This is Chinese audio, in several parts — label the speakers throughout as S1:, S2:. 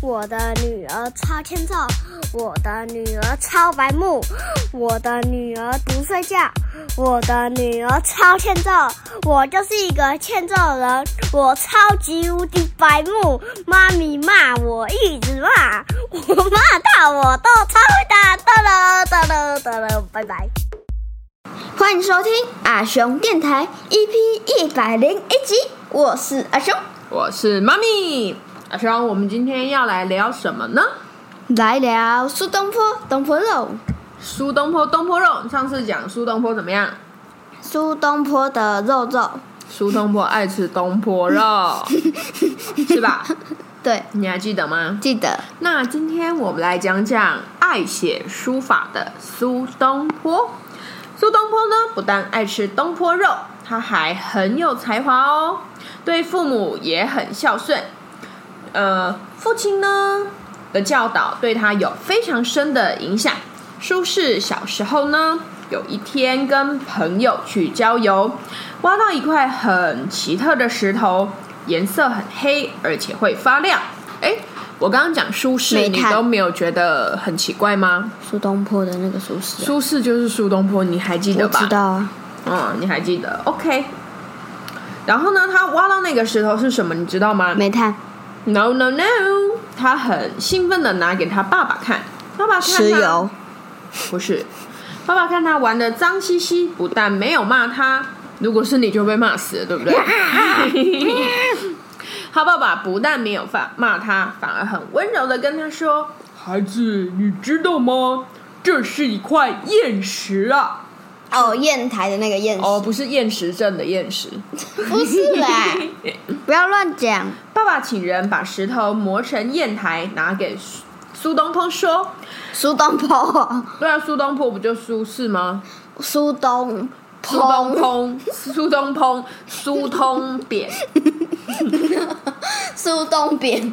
S1: 我的女儿超欠揍，我的女儿超白目，我的女儿不睡觉，我的女儿超欠揍，我就是一个欠揍人，我超级无敌白目，妈咪骂我一直骂，我骂到我都超会打，哒了哒了哒了，拜拜。
S2: 欢迎收听阿雄电台 EP 一百零一集，我是阿雄。
S3: 我是妈咪。阿兄，我们今天要来聊什么呢？
S2: 来聊苏东坡东坡肉。
S3: 苏东坡东坡肉，上次讲苏东坡怎么样？
S2: 苏东坡的肉肉，
S3: 苏东坡爱吃东坡肉，是吧？
S2: 对，
S3: 你还记得吗？
S2: 记得
S3: 那今天我们来讲讲爱写书法的苏东坡。苏东坡呢，不但爱吃东坡肉，他还很有才华哦，对父母也很孝顺。呃，父亲呢的教导对他有非常深的影响。苏轼小时候呢，有一天跟朋友去郊游，挖到一块很奇特的石头，颜色很黑，而且会发亮。哎，我刚刚讲苏
S2: 煤
S3: 轼，你
S2: 炭
S3: 都没有觉得很奇怪吗？
S2: 苏东坡的那个苏轼啊，
S3: 苏轼就是苏东坡，你还记得
S2: 我
S3: 吧？
S2: 知道啊，
S3: 嗯，你还记得？OK。然后呢，他挖到那个石头是什么，你知道吗
S2: 煤炭
S3: ？No No No，他很兴奋的拿给他爸爸看，爸爸看他
S2: 石油，
S3: 不是，爸爸看他玩的脏兮兮，不但没有骂他，如果是你就被骂死了，对不 对？他爸爸不但没有骂骂他，反而很温柔的跟他说：“孩子，你知道吗？这是一块砚石啊！
S2: 哦，砚台的那个砚石，
S3: 哦，不是厌食症的厌食。
S2: 不是 啦，不要乱讲。
S3: 爸爸请人把石头磨成砚台，拿给苏苏东坡说。
S2: 苏东坡，
S3: 对啊，苏东坡不就苏轼吗？
S2: 苏东
S3: 苏东
S2: 坡，
S3: 坡，苏东坡，苏通扁，
S2: 苏东扁，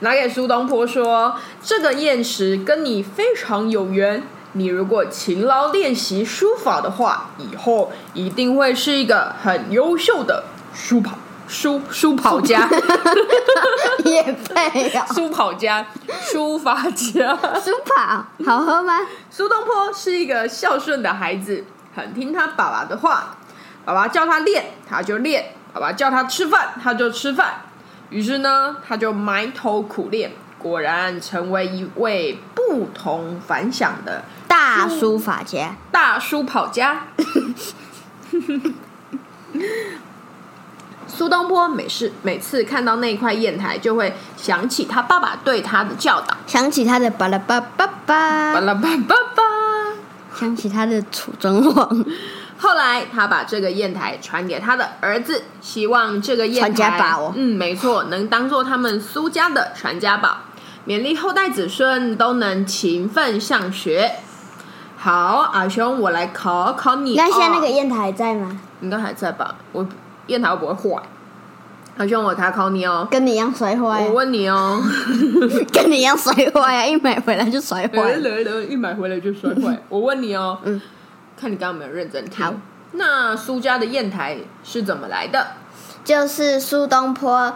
S3: 拿给苏东坡说：“这个砚石跟你非常有缘，你如果勤劳练习书法的话，以后一定会是一个很优秀的书跑书书跑家、
S2: 也配 哦。
S3: 书跑家、书法家。”
S2: 苏跑好喝吗？
S3: 苏东坡是一个孝顺的孩子，很听他爸爸的话。爸爸叫他练，他就练；爸爸叫他吃饭，他就吃饭。于是呢，他就埋头苦练，果然成为一位不同凡响的
S2: 大书法家，
S3: 大书跑家。 苏东坡每次每次看到那块砚台，就会想起他爸爸对他的教导。
S2: 想起他的巴拉巴巴
S3: 巴
S2: 巴，
S3: 拉巴巴巴。
S2: 想起他的楚庄王，
S3: 后来，他把这个砚台传给他的儿子，希望这个砚台，
S2: 传家宝
S3: 嗯，没错，能当做他们苏家的传家宝，勉励后代子孙都能勤奋上学。好，阿兄，我来考考你、哦。
S2: 那现在那个砚台还在吗？
S3: 应该还在吧？我砚台会不会坏？阿兄，我来考你哦。
S2: 跟你一样摔坏
S3: 我
S2: 啊，
S3: 问你哦，
S2: 跟你一样摔坏啊！一买回来就摔 坏 了。
S3: 一买回来就摔 坏。我问你哦，
S2: 嗯，
S3: 看你刚刚有没有认真听。
S2: 好
S3: 那苏家的砚台是怎么来的？
S2: 就是苏东坡，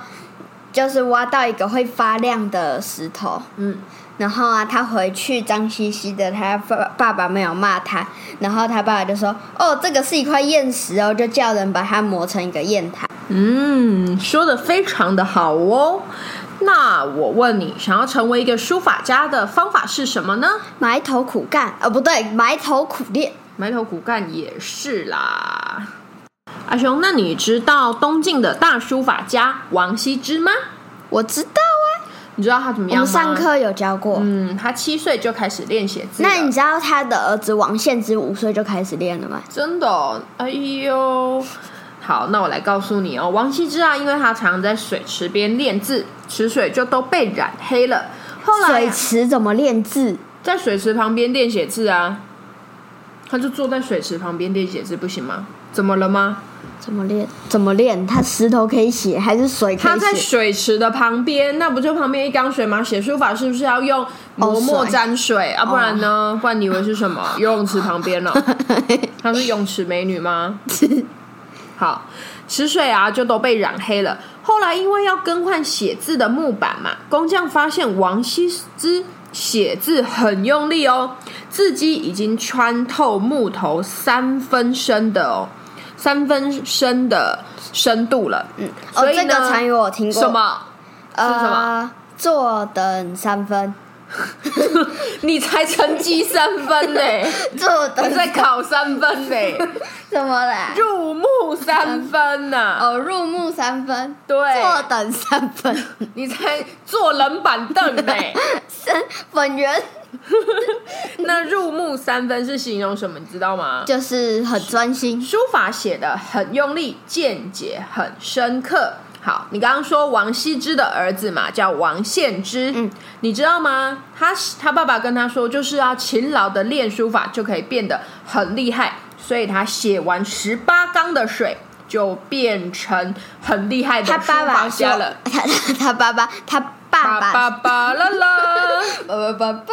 S2: 就是挖到一个会发亮的石头，
S3: 嗯，
S2: 然后啊，他回去脏兮兮的，他爸爸爸没有骂他，然后他爸爸就说：“哦，这个是一块砚石哦，就叫人把它磨成一个砚台。
S3: 嗯，说的非常的好哦。那我问你，想要成为一个书法家的方法是什么呢？
S2: 埋头苦干，哦，不对，埋头苦练。
S3: 埋头苦干也是啦。阿雄，那你知道东晋的大书法家王羲之吗？
S2: 我知道啊，
S3: 你知道他怎么
S2: 我
S3: 样
S2: 们
S3: 吗？
S2: 上，课有教过。
S3: 嗯，他七岁就开始练写字了。
S2: 那你知道他的儿子王献之五岁就开始练了吗？
S3: 真的哦、哎呦，好，那我来告诉你哦，王羲之啊，因为他常在水池边练字，池水就都被染黑了。后来、
S2: 水
S3: 啊、
S2: 池怎么练字？
S3: 在水池旁边练写字啊，他就坐在水池旁边练写字，不行吗？怎么了吗？
S2: 怎么练？怎么练？他石头可以写，还是水可
S3: 他
S2: 以
S3: 在
S2: 写？
S3: 水池的旁边，那不就旁边一缸水吗？写书法是不是要用磨墨沾水、啊？不然呢？不然你以为是什 么？游泳池旁边了、哦 她是泳池美女吗？好，池水啊就都被染黑了。后来因为要更换写字的木板嘛，工匠发现王羲之写字很用力哦，字迹已经穿透木头三分深的哦，三分深的深度了。嗯，
S2: 哦，
S3: 所以
S2: 这
S3: 呢
S2: 个成语我听过。
S3: 什？么？
S2: 呃，
S3: 是什么？
S2: 坐等三分，
S3: 你才成绩三分呢、
S2: 坐
S3: 我
S2: 等
S3: 在考三分呢、
S2: 什么啦？
S3: 入木三分呐、
S2: 哦，入木三分，
S3: 对
S2: 坐等三 分，
S3: 你才坐冷板凳呢、
S2: 三本源
S3: 那入木三分是形容什么？你知道吗？
S2: 就是很专心。
S3: 书法写的很用力，见解很深刻。好，你刚刚说王羲之的儿子嘛，叫王献之，
S2: 嗯，
S3: 你知道吗？他他爸爸跟他说，就是要勤劳的练书法，就可以变得很厉害。所以他写完十八缸的水，就变成很厉害的
S2: 他
S3: 书
S2: 爸
S3: 法
S2: 爸说
S3: 家了。，
S2: 他他他爸爸， 他爸呃
S3: 爸
S2: 爸，
S3: 爸爸啦啦！
S2: 爸爸爸爸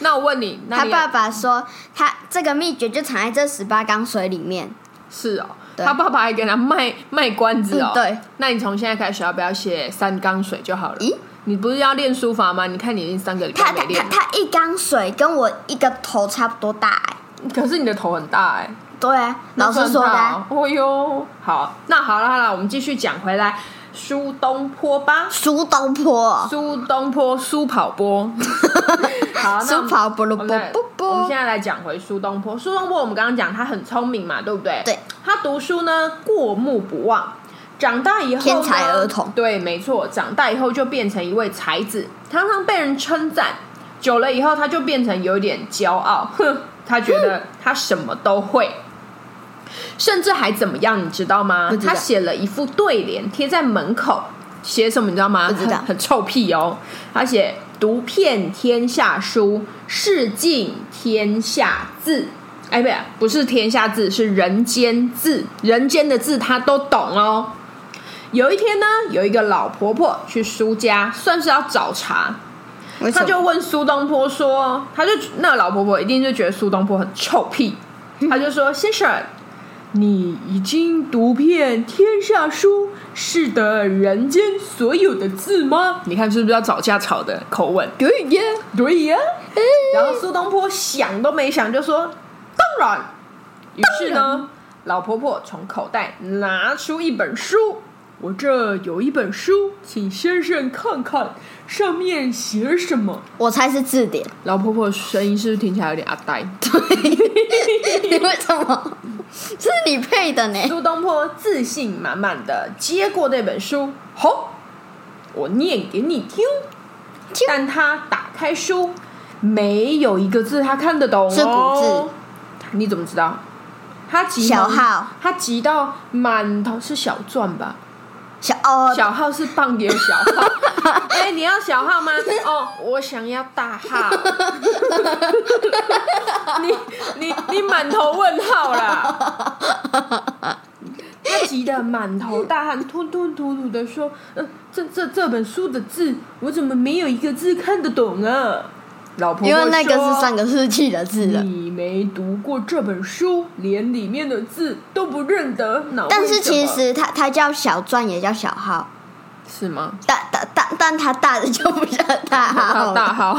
S3: 那我问你，那
S2: 他
S3: 你
S2: 爸爸说，他这个秘诀就藏在这十八缸水里面。
S3: 是哦，
S2: 对
S3: 他爸爸还给他卖卖关子哦。
S2: 嗯对，
S3: 那你从现在开始要不要写三缸水就好了？
S2: 咦
S3: 你不是要练书法吗？你看你已经三个礼啊
S2: 他
S3: 拜
S2: 他他
S3: 没练了，
S2: 他一缸水跟我一个头差不多大哎、
S3: 可是你的头很大哎、
S2: 对啊，老师说的啊、
S3: 那算大哦。哦哟，好，那好了好了，我们继续讲回来，苏东坡 吧。
S2: 苏东坡，
S3: 苏东坡，苏跑 坡， 好，那我们
S2: 苏跑波罗
S3: 我
S2: 波
S3: 们来
S2: 波
S3: 我们
S2: 波
S3: 现，在来讲回苏东坡。苏东坡，我们刚刚讲他很聪明嘛，对不对？
S2: 对。
S3: 他读书呢，过目不忘。长大以后呢，
S2: 天才儿童
S3: 对，没错。长大以后就变成一位才子，常常被人称赞。久了以后，他就变成有点骄傲，哼，他觉
S2: 嗯
S3: 得他什么都会，甚至还怎么样，你知道吗？
S2: 不知道
S3: 他写了一副对联贴在门口，写什么你知道吗？
S2: 不知道
S3: 很很臭屁哦。他写“读遍天下书，事尽天下字”。哎，不对，不是天下字，是人间字，人间的字他都懂哦。有一天呢，有一个老婆婆去苏家，算是要找茬，
S2: 为什
S3: 她
S2: 么
S3: 就问苏东坡说，她就那个老婆婆一定就觉得苏东坡很臭 屁，她就说：“先生，你已经读遍天下书，是得人间所有的字吗？”你看是不是要找架吵的口吻？
S2: 对呀，
S3: 对呀。然后苏东坡想都没想就说：“当然。”于是呢，老婆婆从口袋拿出一本书，我这有一本书，请先生看看上面写什么。
S2: 我猜是字 典，
S3: 老婆婆声音是不是听起来有点阿 呆？
S2: 你为什么？是你配的呢？
S3: 苏东坡自信满满的接过那本书，好，我念给你听。
S2: 听
S3: 但他打开书，没有一个字他看得懂、哦，
S2: 是古
S3: 字。你怎么知道？他急
S2: 小
S3: 忙
S2: 号，
S3: 他急到满头是小篆吧？
S2: 小哦，
S3: 小号是棒也有小号。 哎、你要小号吗？哦，我想要大号。 你你你满头问号啦！他急得满头大汗，吞吞吐吐的说：“呃，这这这本书的字，我怎么没有一个字看得懂啊？”老婆婆
S2: 因为那个
S3: 说
S2: 是上个世纪的字了。
S3: 你没读过这本书，连里面的字都不认得，那
S2: 但
S3: 为
S2: 是
S3: 什么
S2: 其实它它叫小篆，也叫小号，
S3: 是吗？
S2: 但但但但它大的就不叫大号了。
S3: 大 大号。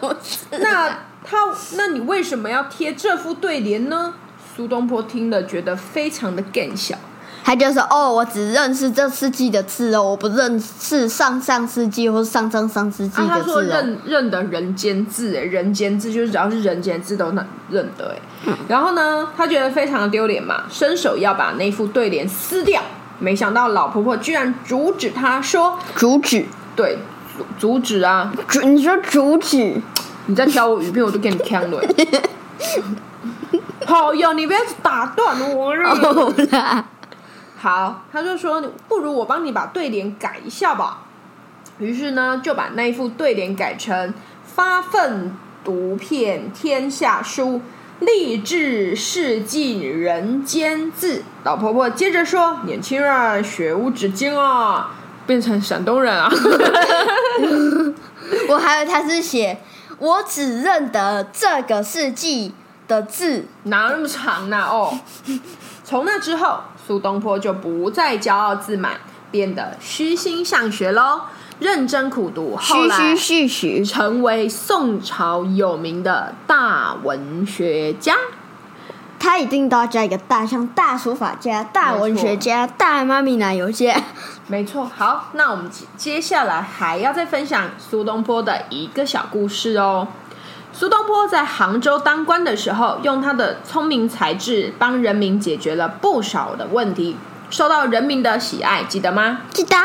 S2: 不是
S3: 那他，那你为什么要贴这副对联呢？苏东坡听了觉得非常的更小，
S2: 他就说：“哦，我只认识这世纪的字哦，我不认识上上世纪或上上上世纪
S3: 啊，他
S2: 的
S3: 说
S2: 字哦。
S3: 认认得人间字，哎，人间字就是只要是人间字都能认得，哎，
S2: 嗯
S3: 然后呢，他觉得非常的丢脸嘛，伸手要把那副对联撕掉，没想到老婆婆居然阻止他说，
S2: 主旨，
S3: 对，阻阻止啊，
S2: 主你说主旨，
S3: 你再挑我语病，我就给你呛了。好呀，你不要打断我了。
S2: 哦啦，
S3: 好，他就说不如我帮你把对联改一下吧。于是呢，就把那一副对联改成“发愤读遍天下书，立志事尽人间字”。老婆婆接着说：“年轻人，学无止境啊，变成山东人啊。”
S2: 我还以为他是写我只认得这个世纪的字，
S3: 哪有那么长呢、哦，从那之后，苏东坡就不再骄傲自满，变得虚心向学喽，认真苦读，后
S2: 虚
S3: 来
S2: 虚续续，
S3: 成为宋朝有名的大文学家。
S2: 他一定都要加一个大，像大书法家、大
S3: 没错
S2: 文学家、大妈咪奶油家。
S3: 没错，好，那我们接接下来还要再分享苏东坡的一个小故事哦。苏东坡在杭州当官的时候，用他的聪明才智帮人民解决了不少的问题，受到人民的喜爱，记得吗？
S2: 记得啊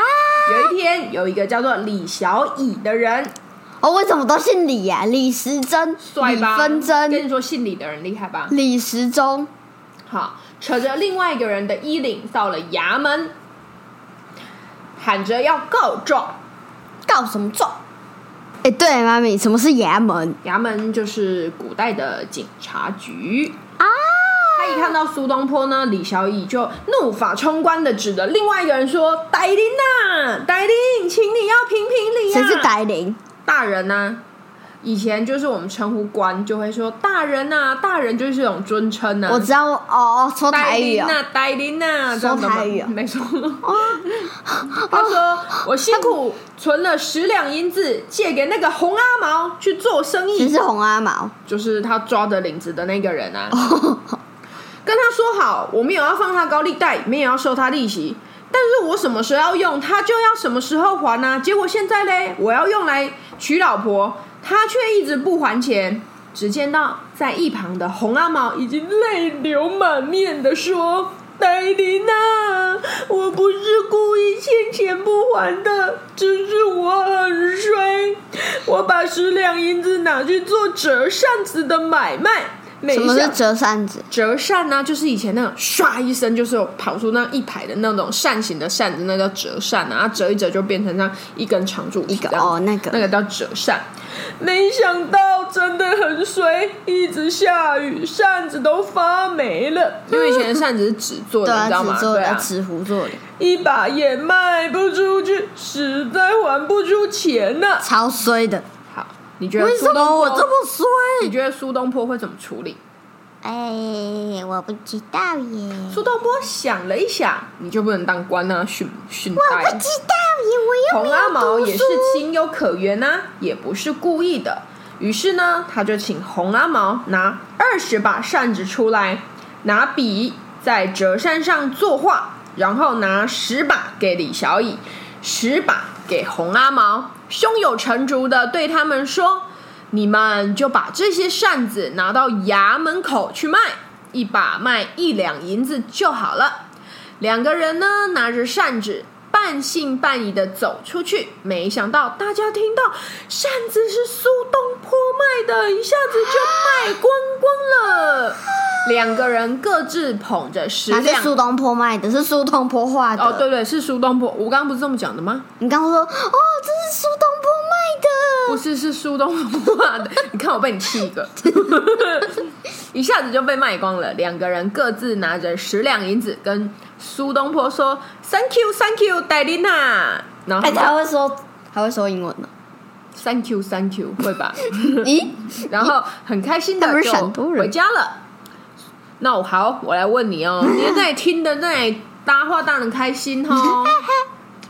S3: 有一天，有一个叫做李小乙的人，
S2: 哦，为什么都姓李呀、李时珍、
S3: 帅
S2: 李
S3: 吧？
S2: 纷
S3: 跟你
S2: 争、
S3: 说，姓李的人厉害吧？
S2: 李时中，
S3: 好，扯着另外一个人的衣领到了衙门，喊着要告状。
S2: 告什么状？哎，对，妈咪，什么是衙门？
S3: 衙门就是古代的警察局啊。他一看到苏东坡呢，李小乙就怒发冲冠的指着另外一个人说：“歹灵呐、歹灵，请你要评评理啊
S2: 谁
S3: 哎呀、
S2: 是歹灵？
S3: 大人呐、以前就是我们称呼官就会说大人呐、大人就是一种尊称呐、
S2: 我知道，哦，说台语
S3: 呆
S2: 哦
S3: 林。呐，呆林啊呐，
S2: 说台语哦
S3: 没错。 他说：“我辛苦存了十两银子，借给那个红阿毛去做生
S2: 谁
S3: 意，
S2: 是红阿毛？
S3: 就是他抓着领子的那个人啊。跟他说好，我没有要放他高利贷，没有要收他利息，但是我什么时候要用，他就要什么时候还啊。结果现在嘞，我要用来娶老婆，他却一直不还钱。”只见到在一旁的红阿毛已经泪流满面的说：“戴琳娜，我不是故意欠钱不还的，只是我很衰，我把十两银子拿去做折扇子的买卖。没
S2: 什么是
S3: 想
S2: 折扇子？
S3: 折扇呢、就是以前那种唰一声，就是有跑出那一排的那种扇形的扇子，那叫折扇啊，啊折一折就变成像一根长柱一
S2: 一个哦，那个
S3: 那个叫折扇。没想到真的很水，一直下雨，扇子都发 霉了。因为以前的扇子是纸做
S2: 对
S3: 的，你
S2: 啊，
S3: 知道吗？
S2: 纸啊做
S3: 对
S2: 的，
S3: 啊，
S2: 纸糊做的，
S3: 一把也卖不出去，实在还不出钱呢、
S2: 超衰的。
S3: 好，你觉得
S2: 为
S3: 苏
S2: 什
S3: 东
S2: 么
S3: 坡
S2: 我这？么
S3: 你
S2: 衰？
S3: 觉得苏东坡会怎么处理？
S1: 哎，我不知道耶，
S3: 苏东坡想了一想，你就不能当官啊，训训带。
S1: 不知道耶，我又
S3: 红
S1: 没
S3: 阿
S1: 有
S3: 毛
S1: 读
S3: 也是
S1: 书。
S3: 情有可原呐、也不是故意的。于是呢，他就请红阿毛拿二十把扇子出来，拿笔在折扇上作画，然后拿十把给李小乙，十把给红阿毛，胸有成竹的对他们说：“你们就把这些扇子拿到衙门口去卖，一把卖一两银子就好了。”两个人呢拿着扇子，半信半疑的走出去。没想到大家听到扇子是苏东坡卖的，一下子就卖光光了。两个人各自捧着十
S2: 还是
S3: 两。
S2: 苏东坡卖的？是苏东坡画的。
S3: 哦，对对，是苏东坡。我刚刚不是这么讲的吗？
S2: 你刚刚说，哦，这是苏东坡卖的。
S3: 不是，是苏东坡画的。你看我被你气一个， 一下子就被卖光了。两个人各自拿着十两银子，跟苏东坡说：“Thank you, Thank you，戴琳娜。”然后
S2: 哎，他会说，他会说英 文的。
S3: Thank you, Thank you，会吧？
S2: 咦，
S3: 然后很开心
S2: 他
S3: 的
S2: 不是
S3: 就
S2: 闪多人
S3: 回家了。那我好，我来问你哦，你在听的那里搭话当然开心哦。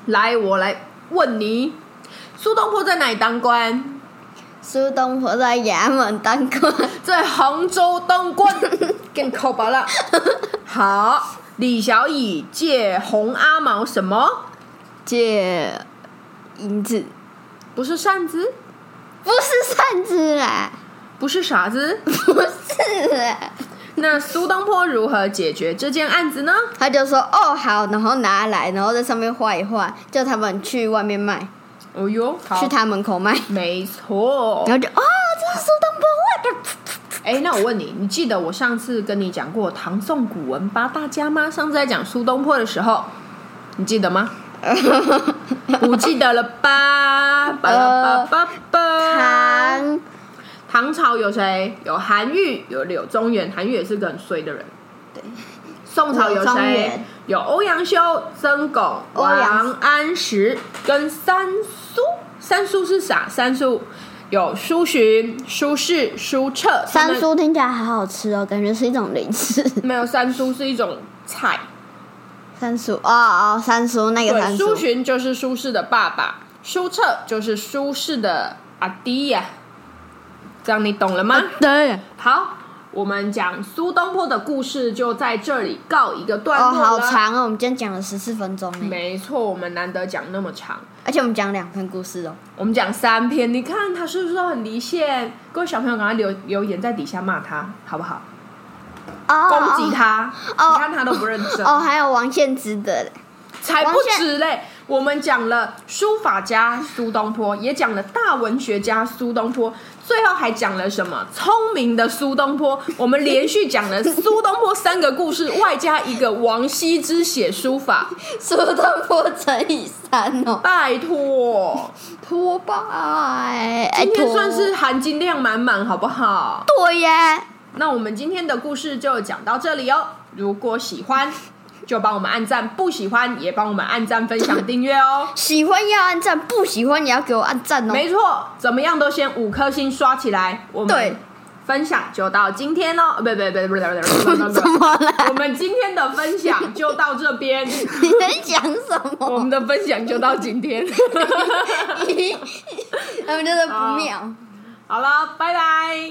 S3: 来，我来问你，苏东坡在哪里当官？
S2: 苏东坡在衙门当官，
S3: 在杭州当官，给你扣饱了。好，李小乙借红阿毛什么？
S2: 借银子，
S3: 不是扇子，
S2: 不是扇子啦，
S3: 不是傻子。
S2: 不是啦。
S3: 那苏东坡如何解决这件案子呢？
S2: 他就说，哦，好，然后拿来，然后在上面画一画，叫他们去外面卖，
S3: 哦哟，好
S2: 去，他门口卖。
S3: 没错
S2: 然。后就，哦，这是苏东坡画的。
S3: 哎，那我问你，你记得我上次跟你讲过唐宋古文八大家吗？上次在讲苏东坡的时候，你记 得吗？不记得了吧？巴
S2: 呃
S3: 拉巴巴巴
S2: 唐
S3: 唐朝有谁？有韩愈，有柳宗元。韩愈也是个很衰的人。
S2: 对。
S3: 宋朝有
S2: 柳宗
S3: 谁
S2: 元？
S3: 有欧阳修、曾巩、
S2: 欧阳
S3: 王安石跟三苏。三苏是啥？三苏有苏洵、苏轼、苏辙。
S2: 三叔听起来好好吃哦，感觉是一种零食。
S3: 没有，三苏是一种菜，
S2: 三叔，哦哦，三叔那个
S3: 对，
S2: 三
S3: 苏
S2: 叔，
S3: 洵就是苏轼的爸爸，苏辙就是苏轼的阿弟呀、这样你懂了吗？
S2: 嗯对，
S3: 好，我们讲苏东坡的故事就在这里告一个段
S2: 哦，
S3: 落了。
S2: 好长哦，我们今天讲了十四分钟呢，
S3: 没错，我们难得讲那么长，
S2: 而且我们讲两篇故事哦，
S3: 我们讲三篇，你看他是不是都很离线？各位小朋友，赶快留留言在底下骂他，好不好？
S2: 哦
S3: 攻击他，
S2: 哦
S3: 你看他都不认真，
S2: 哦，还有王献之的嘞，
S3: 才不
S2: 王宪
S3: 止嘞！我们讲了书法家苏东坡，也讲了大文学家苏东坡，最后还讲了什么？聪明的苏东坡。我们连续讲了苏东坡三个故事，外加一个王羲之写书法。
S2: 苏东坡乘以三哦，
S3: 拜托，
S2: 拖把，哎，
S3: 今天
S2: 拖
S3: 算是含金量满满，好不好？
S2: 对耶，
S3: 那我们今天的故事就讲到这里哦。如果喜欢，就帮我们按赞；不喜欢，也帮我们按赞、分享、订阅哦。
S2: 喜欢要按赞，不喜欢也要给我按赞哦，
S3: 没错，怎么样都先五颗星刷起来。我
S2: 对
S3: 们分享就到今天喽，呃不不不不不不不
S2: 怎
S3: 不不，
S2: 么了？
S3: 我们今天的分享就到这边，
S2: 你在讲什
S3: 我
S2: 么？
S3: 们的分享就到今天。
S2: 他们真的不妙。
S3: 啊好了，拜拜。